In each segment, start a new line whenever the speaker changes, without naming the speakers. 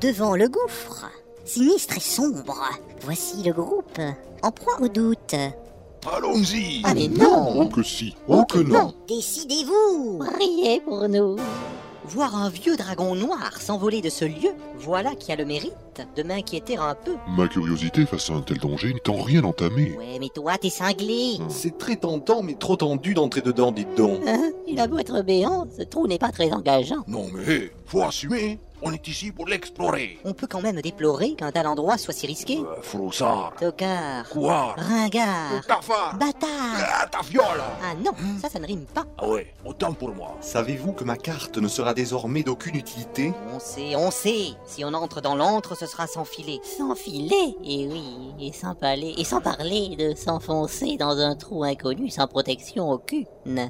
devant le gouffre, sinistre et sombre, voici le groupe, en proie au doute.
Allons-y
Ah mais
Oh
non
que si, Ah, oh que non
Décidez-vous
Priez pour nous Voir un vieux dragon noir s'envoler de ce lieu, voilà qui a le mérite de m'inquiéter un peu.
Ma curiosité face à un tel danger n'étant rien entamée.
Ouais, mais toi, t'es cinglé
C'est très tentant, mais trop tendu d'entrer dedans, dites donc.
Hein Il a beau être béant, ce trou n'est pas très engageant.
Non mais, hé, faut assumer, on est ici pour l'explorer.
On peut quand même déplorer qu'un tel endroit soit si risqué.
Euh, Froussard,
Tocard,
couard, Ah.
ringard,
Tafard,
bâtard
ah, ta fiole
Ah non, ça, ça ne rime pas
Ah ouais, autant pour moi.
Savez-vous que ma carte ne sera désormais d'aucune utilité
On sait, on sait Si on entre dans l'antre, ce sera sans filet. Sans filet Et oui, et sans parler, et sans parler de s'enfoncer dans un trou inconnu sans protection aucune.
Hmm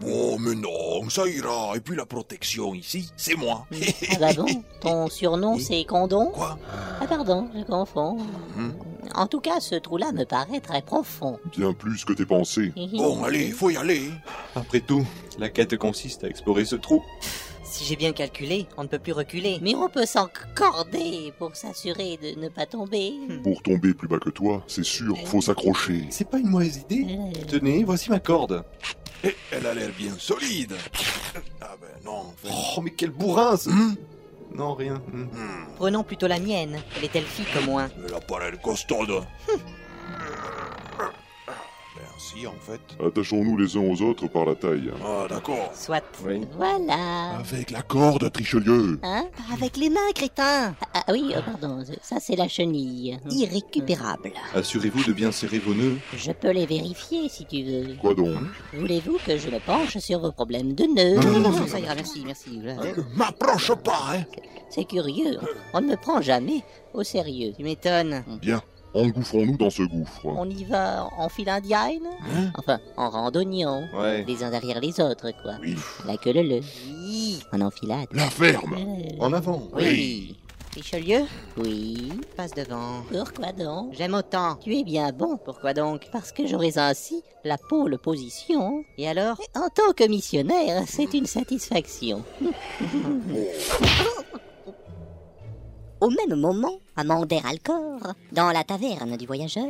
Bon, mais non, ça ira. Et puis la protection ici, c'est moi.
Ah bah bon Ton surnom, c'est Condon
Quoi Hum?
Ah pardon, je confonds.
Hmm
En tout cas, ce trou-là me paraît très profond.
Bien plus que tes pensées. Bon, allez, faut y aller.
Après tout, la quête consiste à explorer ce trou.
Si j'ai bien calculé, on ne peut plus reculer. Mais on peut s'encorder pour s'assurer de ne pas tomber.
Pour tomber plus bas que toi, c'est sûr, faut s'accrocher.
C'est pas une mauvaise idée
Euh,
Tenez, voici ma corde.
Elle a l'air bien solide. Ah ben non. Hein?
Oh, mais quel bourrin ce- Non, rien. Hmm.
Prenons plutôt la mienne. Elle est elfique au moins.
Elle a pas l'air costaude. Ben si, en fait.
Attachons-nous les uns aux autres par la taille.
Ah d'accord.
Soit.
Oui.
Voilà.
Avec la corde, Trichelieu.
Hein Pas Avec les mains, crétin Ah ah oui, oh, pardon, ça c'est la chenille. Hein. Irrécupérable.
Assurez-vous de bien serrer vos nœuds.
Je peux les vérifier si tu veux.
Quoi donc
Voulez-vous que je me penche sur vos problèmes de nœuds Ah,
Non, non, non,
ça ira, merci, merci.
Ah, M'approche pas, hein.
C'est curieux, on ne me prend jamais au sérieux. Tu m'étonnes.
Bien, engouffrons-nous dans ce gouffre.
On y va en file indienne
Hein?
Enfin, en randonnion.
Ouais.
Les uns derrière les autres, quoi.
Oui.
La queue le le. Oui. En enfilade.
La ferme
En avant.
Oui. Richelieu Oui.
Passe devant.
Pourquoi donc
J'aime autant.
Tu es bien bon, pourquoi donc Parce que j'aurais ainsi la pôle position.
Et alors
En tant que missionnaire, c'est une satisfaction.
Au même moment, à Mander Alcor, dans la taverne du voyageur,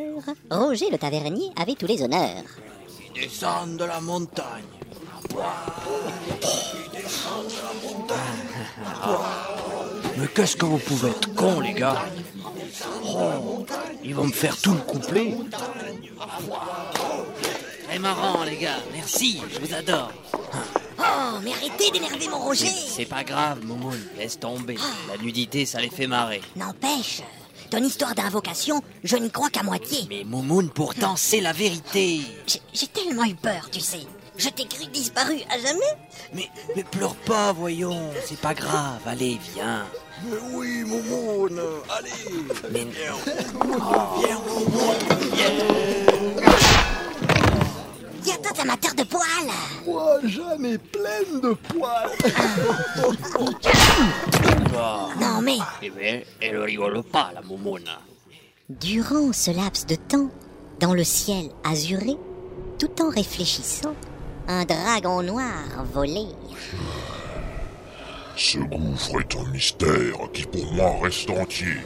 Roger le tavernier avait tous les honneurs.
Descends de la montagne.
Mais qu'est-ce que vous pouvez être con, les gars Oh, Ils vont me faire tout le couplet. Très marrant, les gars. Merci, je vous adore.
Oh, mais arrêtez d'énerver mon Roger
C'est pas grave, Moumoun. Laisse tomber. La nudité, ça les fait marrer.
N'empêche, ton histoire d'invocation, je ne crois qu'à moitié.
Mais Moumoun, pourtant, c'est la vérité.
J'ai- J'ai tellement eu peur, tu sais. Je t'ai cru disparu à jamais.
Mais, mais pleure pas, voyons. C'est pas grave. Allez, viens.
Mais oui, Moumoun. Allez.
Mais
Viens toi, amateur de poils
Oh, Jeanne est pleine de poils.
Non mais...
eh ben, elle rigole pas, la Moumoun.
Durant ce laps de temps, dans le ciel azuré, tout en réfléchissant, un dragon noir volait.
Ce gouffre est un mystère qui pour moi reste entier.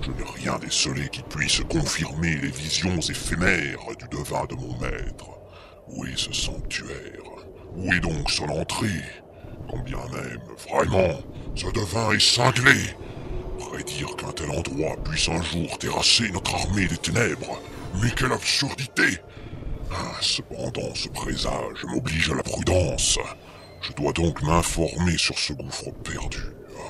Je n'ai rien décelé qui puisse confirmer les visions éphémères du devin de mon maître. Où est ce sanctuaire Où est donc son entrée Quand bien même, vraiment, ce devin est cinglé. Prédire qu'un tel endroit puisse un jour terrasser notre armée des ténèbres, mais quelle absurdité ah, Cependant, ce présage m'oblige à la prudence. Je dois donc m'informer sur ce gouffre perdu. Ah.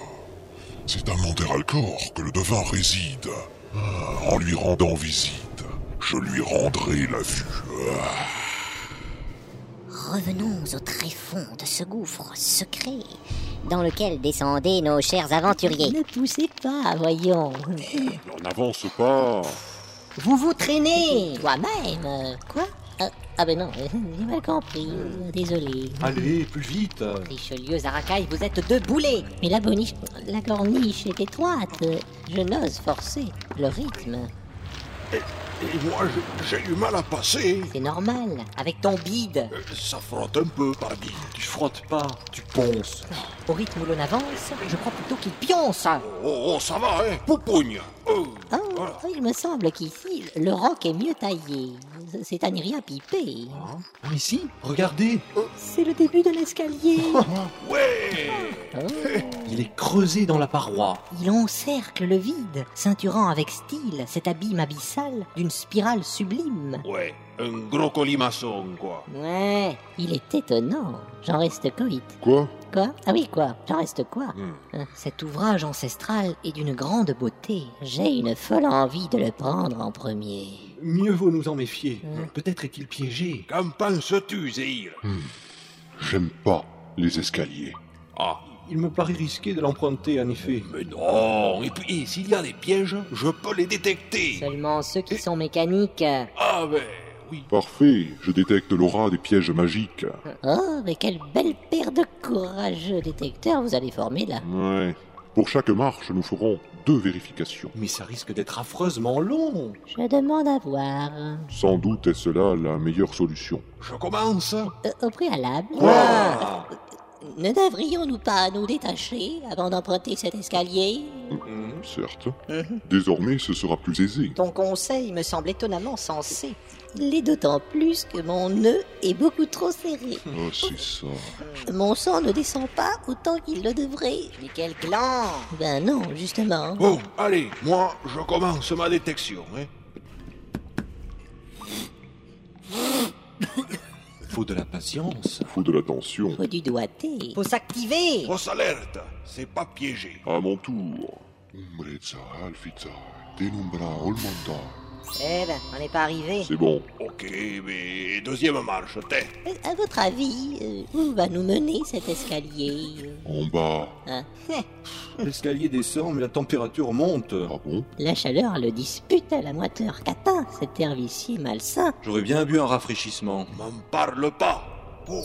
C'est à Manderalcor que le devin réside. Ah, En lui rendant visite, je lui rendrai la vue. Ah.
Revenons au tréfonds de ce gouffre secret dans lequel descendaient nos chers aventuriers.
Ne poussez pas, voyons.
Eh, On n'avance pas
Vous vous traînez Toi-même Quoi ah, ah ben non, j'ai mal compris. Désolé.
Allez, plus vite.
Richelieu, Zaracaille, vous êtes deux boulets Mais la boniche, la corniche est étroite. Je n'ose forcer le rythme.
Et moi, je- j'ai du mal à passer.
C'est normal, avec ton bide.
Euh, Ça frotte un peu, pardi.
Tu frottes pas, tu ponces.
Au rythme où l'on avance, je crois plutôt qu'il pionce.
Oh, oh, ça va, hein Poupoune Euh,
Ah, il me semble qu'ici, le roc est mieux taillé. C'est à n'y rien piper.
Ah, ici, regardez,
C'est le début de l'escalier.
Ouais
il est creusé dans la paroi.
Il encercle le vide, ceinturant avec style cet abîme abyssal d'une spirale sublime.
Ouais, un gros colimaçon, quoi.
Ouais, il est étonnant. J'en reste coït.
Quoi
Quoi Ah oui, quoi J'en reste quoi
Hmm.
Hein, Cet ouvrage ancestral est d'une grande beauté. J'ai une folle envie de le prendre en premier.
Mieux vaut nous en méfier. Peut-être est-il piégé.
Qu'en penses-tu, Zéhir
Hmm.
J'aime pas les escaliers.
Ah,
Il me paraît risqué de l'emprunter, en effet.
mais non Et puis, s'il y a des pièges, je peux les détecter
Seulement ceux qui sont mécaniques. euh,
Ah, ben, oui
Parfait, je détecte l'aura des pièges magiques.
Oh, mais quelle belle paire de courageux détecteurs vous allez former là.
Ouais. Pour chaque marche, nous ferons deux vérifications.
Mais ça risque d'être affreusement long.
Je demande à voir.
Sans doute est-ce là la meilleure solution.
Je commence
Euh, au préalable, euh,
Ah.
ne devrions-nous pas nous détacher avant d'emprunter cet escalier
Certes.
Mhm.
Désormais, ce sera plus aisé.
Ton conseil me semble étonnamment sensé. Il est d'autant plus que mon nœud est beaucoup trop serré.
Ah, c'est ça.
Mon sang ne descend pas autant qu'il le devrait. Mais quel clan Ben non, justement.
Bon, Oh, allez, moi, je commence ma détection, hein
Faut de la patience.
Faut de l'attention.
Faut du doigté. Faut s'activer
Fausse alerte C'est pas piégé
À mon tour. Umbrezza, alfita, denumbra, olmonda.
Eh ben, on n'est pas arrivé.
C'est bon.
Ok, mais deuxième marche, t'es
À votre avis, euh, où va nous mener cet escalier euh,
En bas.
hein
L'escalier descend, mais la température monte.
Ah bon
La chaleur le dispute à la moiteur qu'atteint cet air vicié malsain.
J'aurais bien bu un rafraîchissement.
M'en parle pas Oh,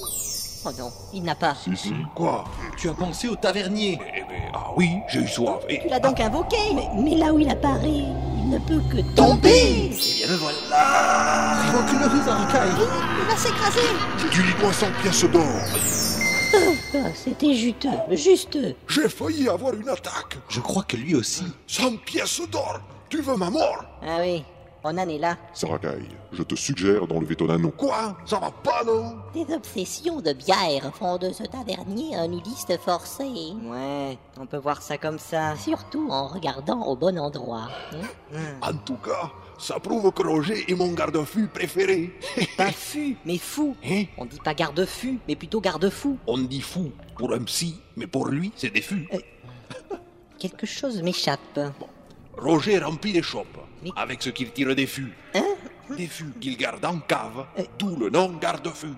Oh non, il n'a pas.
Si, si.
quoi
Tu as pensé au tavernier
Eh ben, ah oui, j'ai eu soif, et...
Tu l'as donc invoqué mais, mais là où il apparaît, il ne peut que tomber
Eh bien me voilà Reculeuse arcaille
Il va s'écraser
Tu lis quoi sans pièces d'or
Ah, C'était juteux, juteux
J'ai failli avoir une attaque
Je crois que lui aussi.
100 pièces d'or Tu veux ma mort
Ah oui, on en est là.
Sarakai, je te suggère d'enlever ton anneau.
Quoi Ça va pas, non
Des obsessions de bière font de ce tavernier un nudiste forcé. Ouais, on peut voir ça comme ça. Surtout en regardant au bon endroit. hein.
En tout cas, ça prouve que Roger est mon garde-feu préféré.
Pas fou, mais fou.
Hein
On dit pas garde-fou, mais plutôt garde-fou.
On dit fou pour un psy, mais pour lui, c'est des fous.
Quelque chose m'échappe.
Roger remplit les chopes,
Mais-
avec ce qu'il tire des fûts. Des fûts qu'il garde en cave, d'où le nom garde-fût.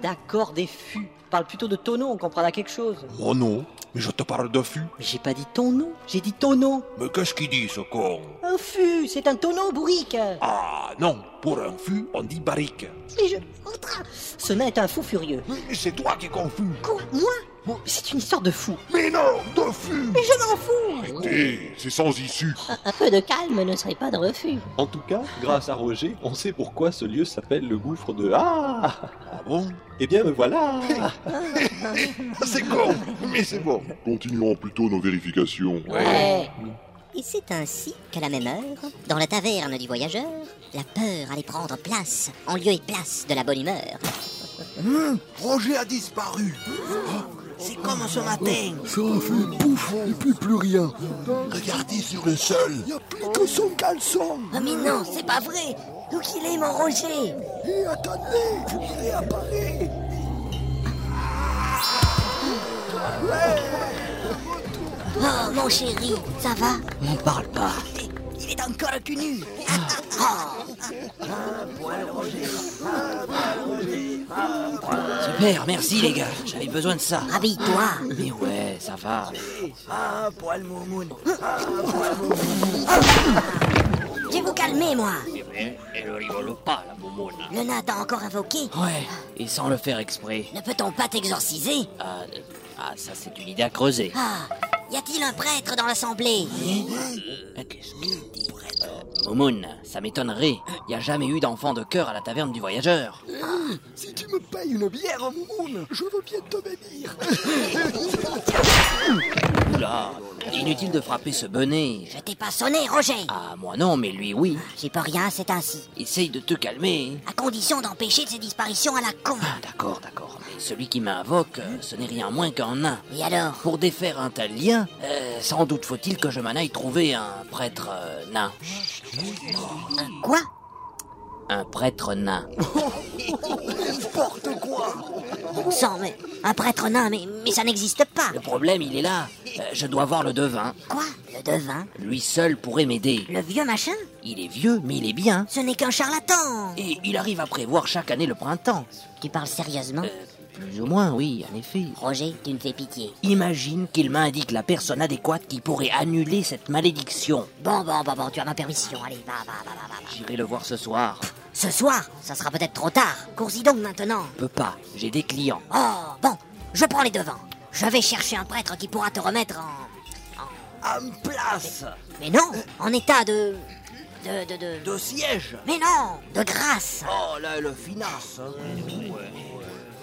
D'accord, des fûts. Parle plutôt de tonneau, on comprendra quelque chose.
Mon nom Mais je te parle de fût.
Mais j'ai pas dit tonneau, j'ai dit tonneau.
Mais qu'est-ce qu'il dit, ce con
Un fût, c'est un tonneau, bourrique.
Ah non, pour un fût, on dit barrique.
Mais je. Entra Ce nain est un fou furieux.
Mais c'est toi qui confus.
Quoi Moi C'est une histoire de fou.
Mais non, de fût
Mais je m'en fous
Eh, c'est sans issue.
Un peu de calme ne serait pas de refus.
En tout cas, grâce à Roger, on sait pourquoi ce lieu s'appelle le gouffre de Ah
Ah bon
Eh bien me voilà
Ah, C'est con, mais c'est bon.
Continuons plutôt nos vérifications.
Ouais.
Et c'est ainsi qu'à la même heure, dans la taverne du voyageur, la peur allait prendre place en lieu et place de la bonne humeur.
Roger a disparu.
C'est comme ce matin.
Ça a fait pouf, et puis plus rien. Regardez sur le sol. Il n'y a plus que son caleçon.
Ah, mais non, c'est pas vrai. Où qu'il est, mon Roger
Et attendez, il réapparaît.
Oh, mon chéri, ça va
On parle pas.
Il est encore tout nu.
Super, merci les gars, j'avais besoin de ça.
Habille-toi.
Mais ouais, ça va. Ah,
Je vais vous calmer, moi.
Elle rigole pas, la bomboune.
Le nain t'a encore invoqué.
Ouais, et sans le faire exprès.
Ne peut-on pas t'exorciser
Ah, euh, ah, ça c'est une idée à creuser.
Ah, y a-t-il un prêtre dans l'assemblée
Qu'est-ce qu'il dit, prêtre Oumoun, Euh, ça m'étonnerait. Y a jamais eu d'enfant de cœur à la taverne du voyageur.
Ah, Si tu me payes une bière, Moon, je veux bien t'obéir.
Oula, inutile de frapper ce bonnet.
Je t'ai pas sonné, Roger.
Ah, moi non, mais lui, oui.
J'ai pas rien, c'est ainsi.
Essaye de te calmer.
À condition d'empêcher de ces disparitions à la con.
Ah, D'accord, d'accord. Mais celui qui m'invoque, euh, ce n'est rien moins qu'un nain.
Et alors
Pour défaire un tel lien, euh, sans doute faut-il que je m'en aille trouver un prêtre euh, nain.
Quoi
Un prêtre nain.
N'importe quoi.
Bon sang, mais un prêtre nain, mais, mais ça n'existe pas.
Le problème, il est là. Euh, je dois voir le devin.
Ah. Quoi Le devin
Lui seul pourrait m'aider.
Le vieux machin
Il est vieux, mais il est bien.
Ce n'est qu'un charlatan.
Et il arrive à prévoir chaque année le printemps. Euh,
Tu parles sérieusement
Plus ou moins, oui, en effet.
Roger, tu me fais pitié.
Imagine qu'il m'indique la personne adéquate qui pourrait annuler cette malédiction.
Bon, bon, bon, bon, tu as ma permission. Allez, va, va, va, va, va. va.
J'irai le voir ce soir.
Ce soir, ça sera peut-être trop tard. Cours-y donc maintenant.
Peux pas, j'ai des clients.
Oh, bon, je prends les devants. Je vais chercher un prêtre qui pourra te remettre en. en-
En place
Mais non, en état de. de. de. de-
de siège
Mais non, de grâce.
Oh là, le finance hein.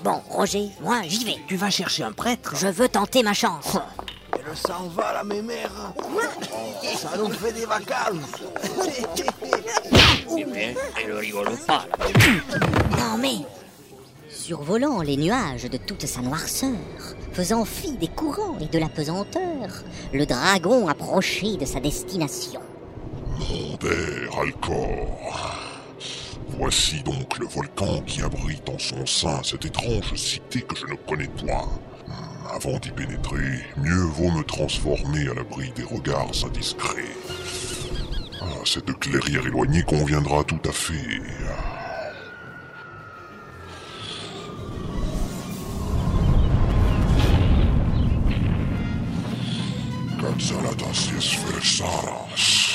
Bon, Roger, moi, j'y vais.
Tu vas chercher un prêtre
Je veux tenter ma chance.
Elle s'en va, la mémère. Ça nous fait des vacances.
Elle rigole pas,
Non, mais.
Survolant les nuages de toute sa noirceur, faisant fi des courants et de la pesanteur, le dragon approchait de sa destination.
Père Alcor. Voici donc le volcan qui abrite en son sein cette étrange cité que je ne connais point. Hmm, Avant d'y pénétrer, mieux vaut me transformer à l'abri des regards indiscrets. Ah, cette clairière éloignée conviendra tout à fait. Katsalatas Versaras.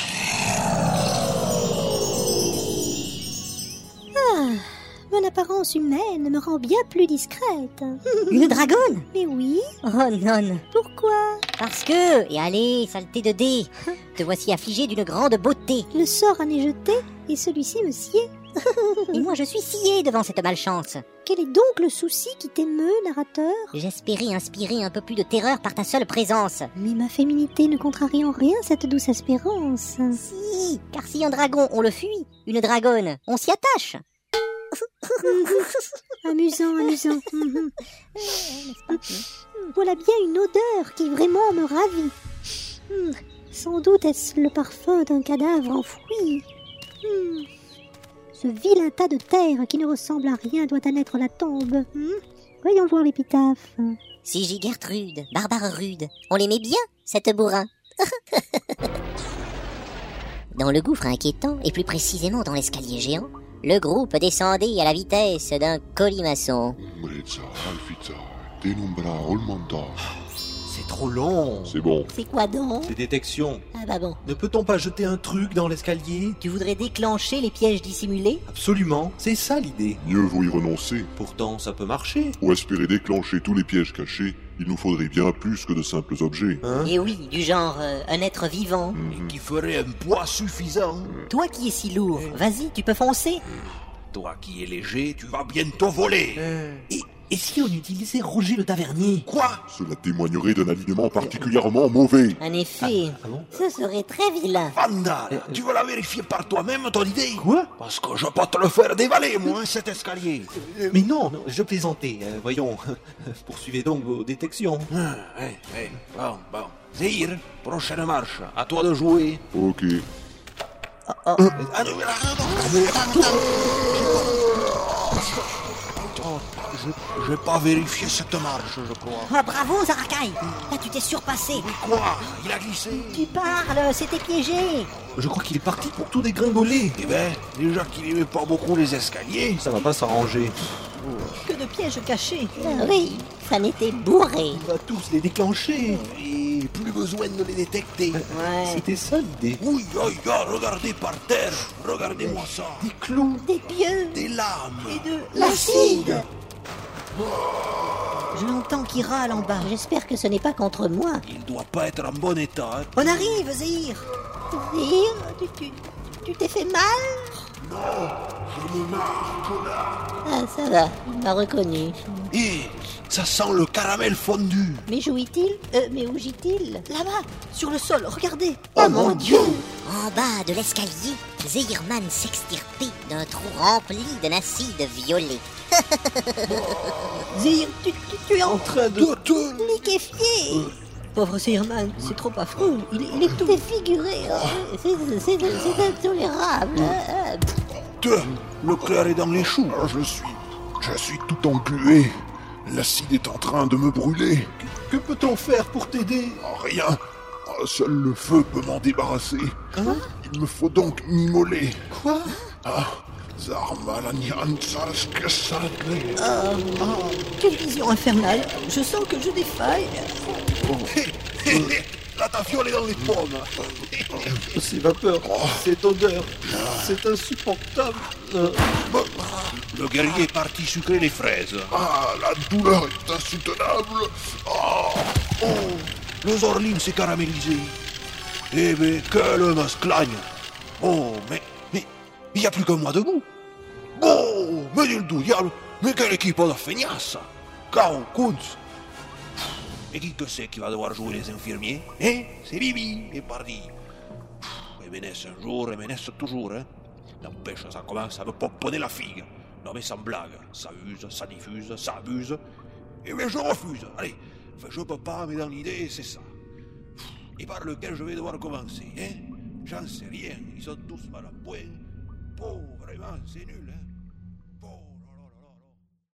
Mon apparence humaine me rend bien plus discrète.
Une dragonne
Mais oui,
Oh non
pourquoi
Parce que, et allez, saleté de dés, te voici affligé d'une grande beauté.
Le sort en est jeté et celui-ci me sied.
Et moi je suis scié devant cette malchance.
Quel est donc le souci qui t'émeut, narrateur
J'espérais inspirer un peu plus de terreur par ta seule présence.
Mais ma féminité ne contrarie en rien cette douce espérance.
Si, car si un dragon, on le fuit, une dragonne, on s'y attache.
Amusant, amusant. Mhm. voilà bien une odeur qui vraiment me ravit. Hmm, Sans doute est-ce le parfum d'un cadavre enfoui. Hmm, Ce vilain tas de terre qui ne ressemble à rien doit en être la tombe. Hmm, Voyons voir l'épitaphe.
Si j'y Gertrude, Barbare Rude, on l'aimait bien, cette bourrin. dans le gouffre inquiétant, et plus précisément dans l'escalier géant, le groupe descendait à la vitesse d'un colimaçon.
Mrezza, Alfita, Denumbra, Olmanda.
C'est trop long.
C'est bon.
C'est quoi donc
Des détections.
Ah bah bon,
Ne peut-on pas jeter un truc dans l'escalier
tu voudrais déclencher les pièges dissimulés
Absolument, c'est ça l'idée.
Mieux vaut y renoncer.
Pourtant, ça peut marcher.
Pour espérer déclencher tous les pièges cachés, il nous faudrait bien plus que de simples objets.
Hein Hmm.
Eh oui, du genre euh, un être vivant.
Mhm.
Qui ferait un poids suffisant.
Toi qui es si lourd,
Hmm.
vas-y, tu peux foncer.
Toi qui es léger, tu vas bientôt voler.
Euh, et, et si on utilisait Roger le tavernier
Quoi
Cela témoignerait d'un alignement particulièrement mauvais.
En effet,
Ah bon
ce serait très vilain.
Vandal, tu veux la vérifier par toi-même ton idée
Eh, Quoi
Parce que je peux te le faire dévaler, moi, hein, cet escalier.
Euh, Mais non, non, je plaisantais. euh, voyons, poursuivez donc vos détections.
Ah, hey, hey, bon, bon. Zir, prochaine marche, à toi de jouer.
Ok.
Ah non, mais là, non, non, attends, attends. Je- J'ai pas vérifié cette marche, je crois.
Ah, bravo, Zarakai. Là, tu t'es surpassé.
Quoi Il a glissé
Tu parles, c'était piégé.
Je crois qu'il est parti pour tout dégringoler.
Eh ben, déjà qu'il aimait pas beaucoup les escaliers,
Ça va pas s'arranger.
Que de pièges cachés. oui, ça n'était bourré.
On va tous les déclencher. Euh,
et plus besoin de les détecter.
Ouais.
C'était ça l'idée.
Oui, oui, oui, oh, regardez par terre, regardez-moi ça.
Des clous.
Des pieux
Des lames.
L'acide Je l'entends qui râle en bas. J'espère que ce n'est pas contre moi.
Il doit pas être en bon état. hein.
On arrive, Zéhir Zéhir tu, tu,
Tu t'es fait mal
Ah, ça va, il m'a reconnu.
Hé, ça sent le caramel fondu.
Mais jouit-il Euh, Mais où gît-il
Là-bas, sur le sol, regardez
Oh mon dieu
En bas de l'escalier, Zehirman s'extirpait d'un trou rempli d'un acide violet.
Zir, tu, tu- tu es en
Oh.
train Ben, de.
Toton
liquéfié
Pauvre Sirman, c'est trop affreux, il, est- il est tout défiguré. hein. C'est- C'est c'est intolérable. hein.
Tiens, le cœur est dans les choux.
Ah, je suis. Je suis tout englué. L'acide est en train de me brûler.
Que peut-on faire pour t'aider
Ah, Rien. Ah, Seul le feu peut m'en débarrasser. Il me faut donc m'immoler.
Quoi
Ah, Zarmalanian Sarskesarne.
Quelle vision infernale Je sens que je défaille
Oh. Là, t'as violé dans les pommes.
Ces vapeurs, cette odeur, c'est insupportable. Euh,
Le guerrier est parti sucrer les fraises.
Ah, la douleur est insoutenable. Ah,
Le Zorlin Oh, s'est caramélisé. Eh ben, que le masclagne Oh, mais... Mais... Il n'y a plus que moi debout. Oh, mais dis du diable Mais quelle équipe de feignasses Caro Kunz Et qui que c'est qui va devoir jouer les infirmiers Hein C'est Bibi, il est parti. Pff, Et menace un jour, et menace toujours, hein N'empêche, ça commence à me pomponner la figue. Non mais sans blague, ça use, ça diffuse, ça abuse. Et mais je refuse, allez Enfin, je peux pas, mais dans l'idée, c'est ça et par lequel je vais devoir commencer, hein oh J'en sais rien, ils sont tous mal à point. Pauvre, vraiment, c'est nul, hein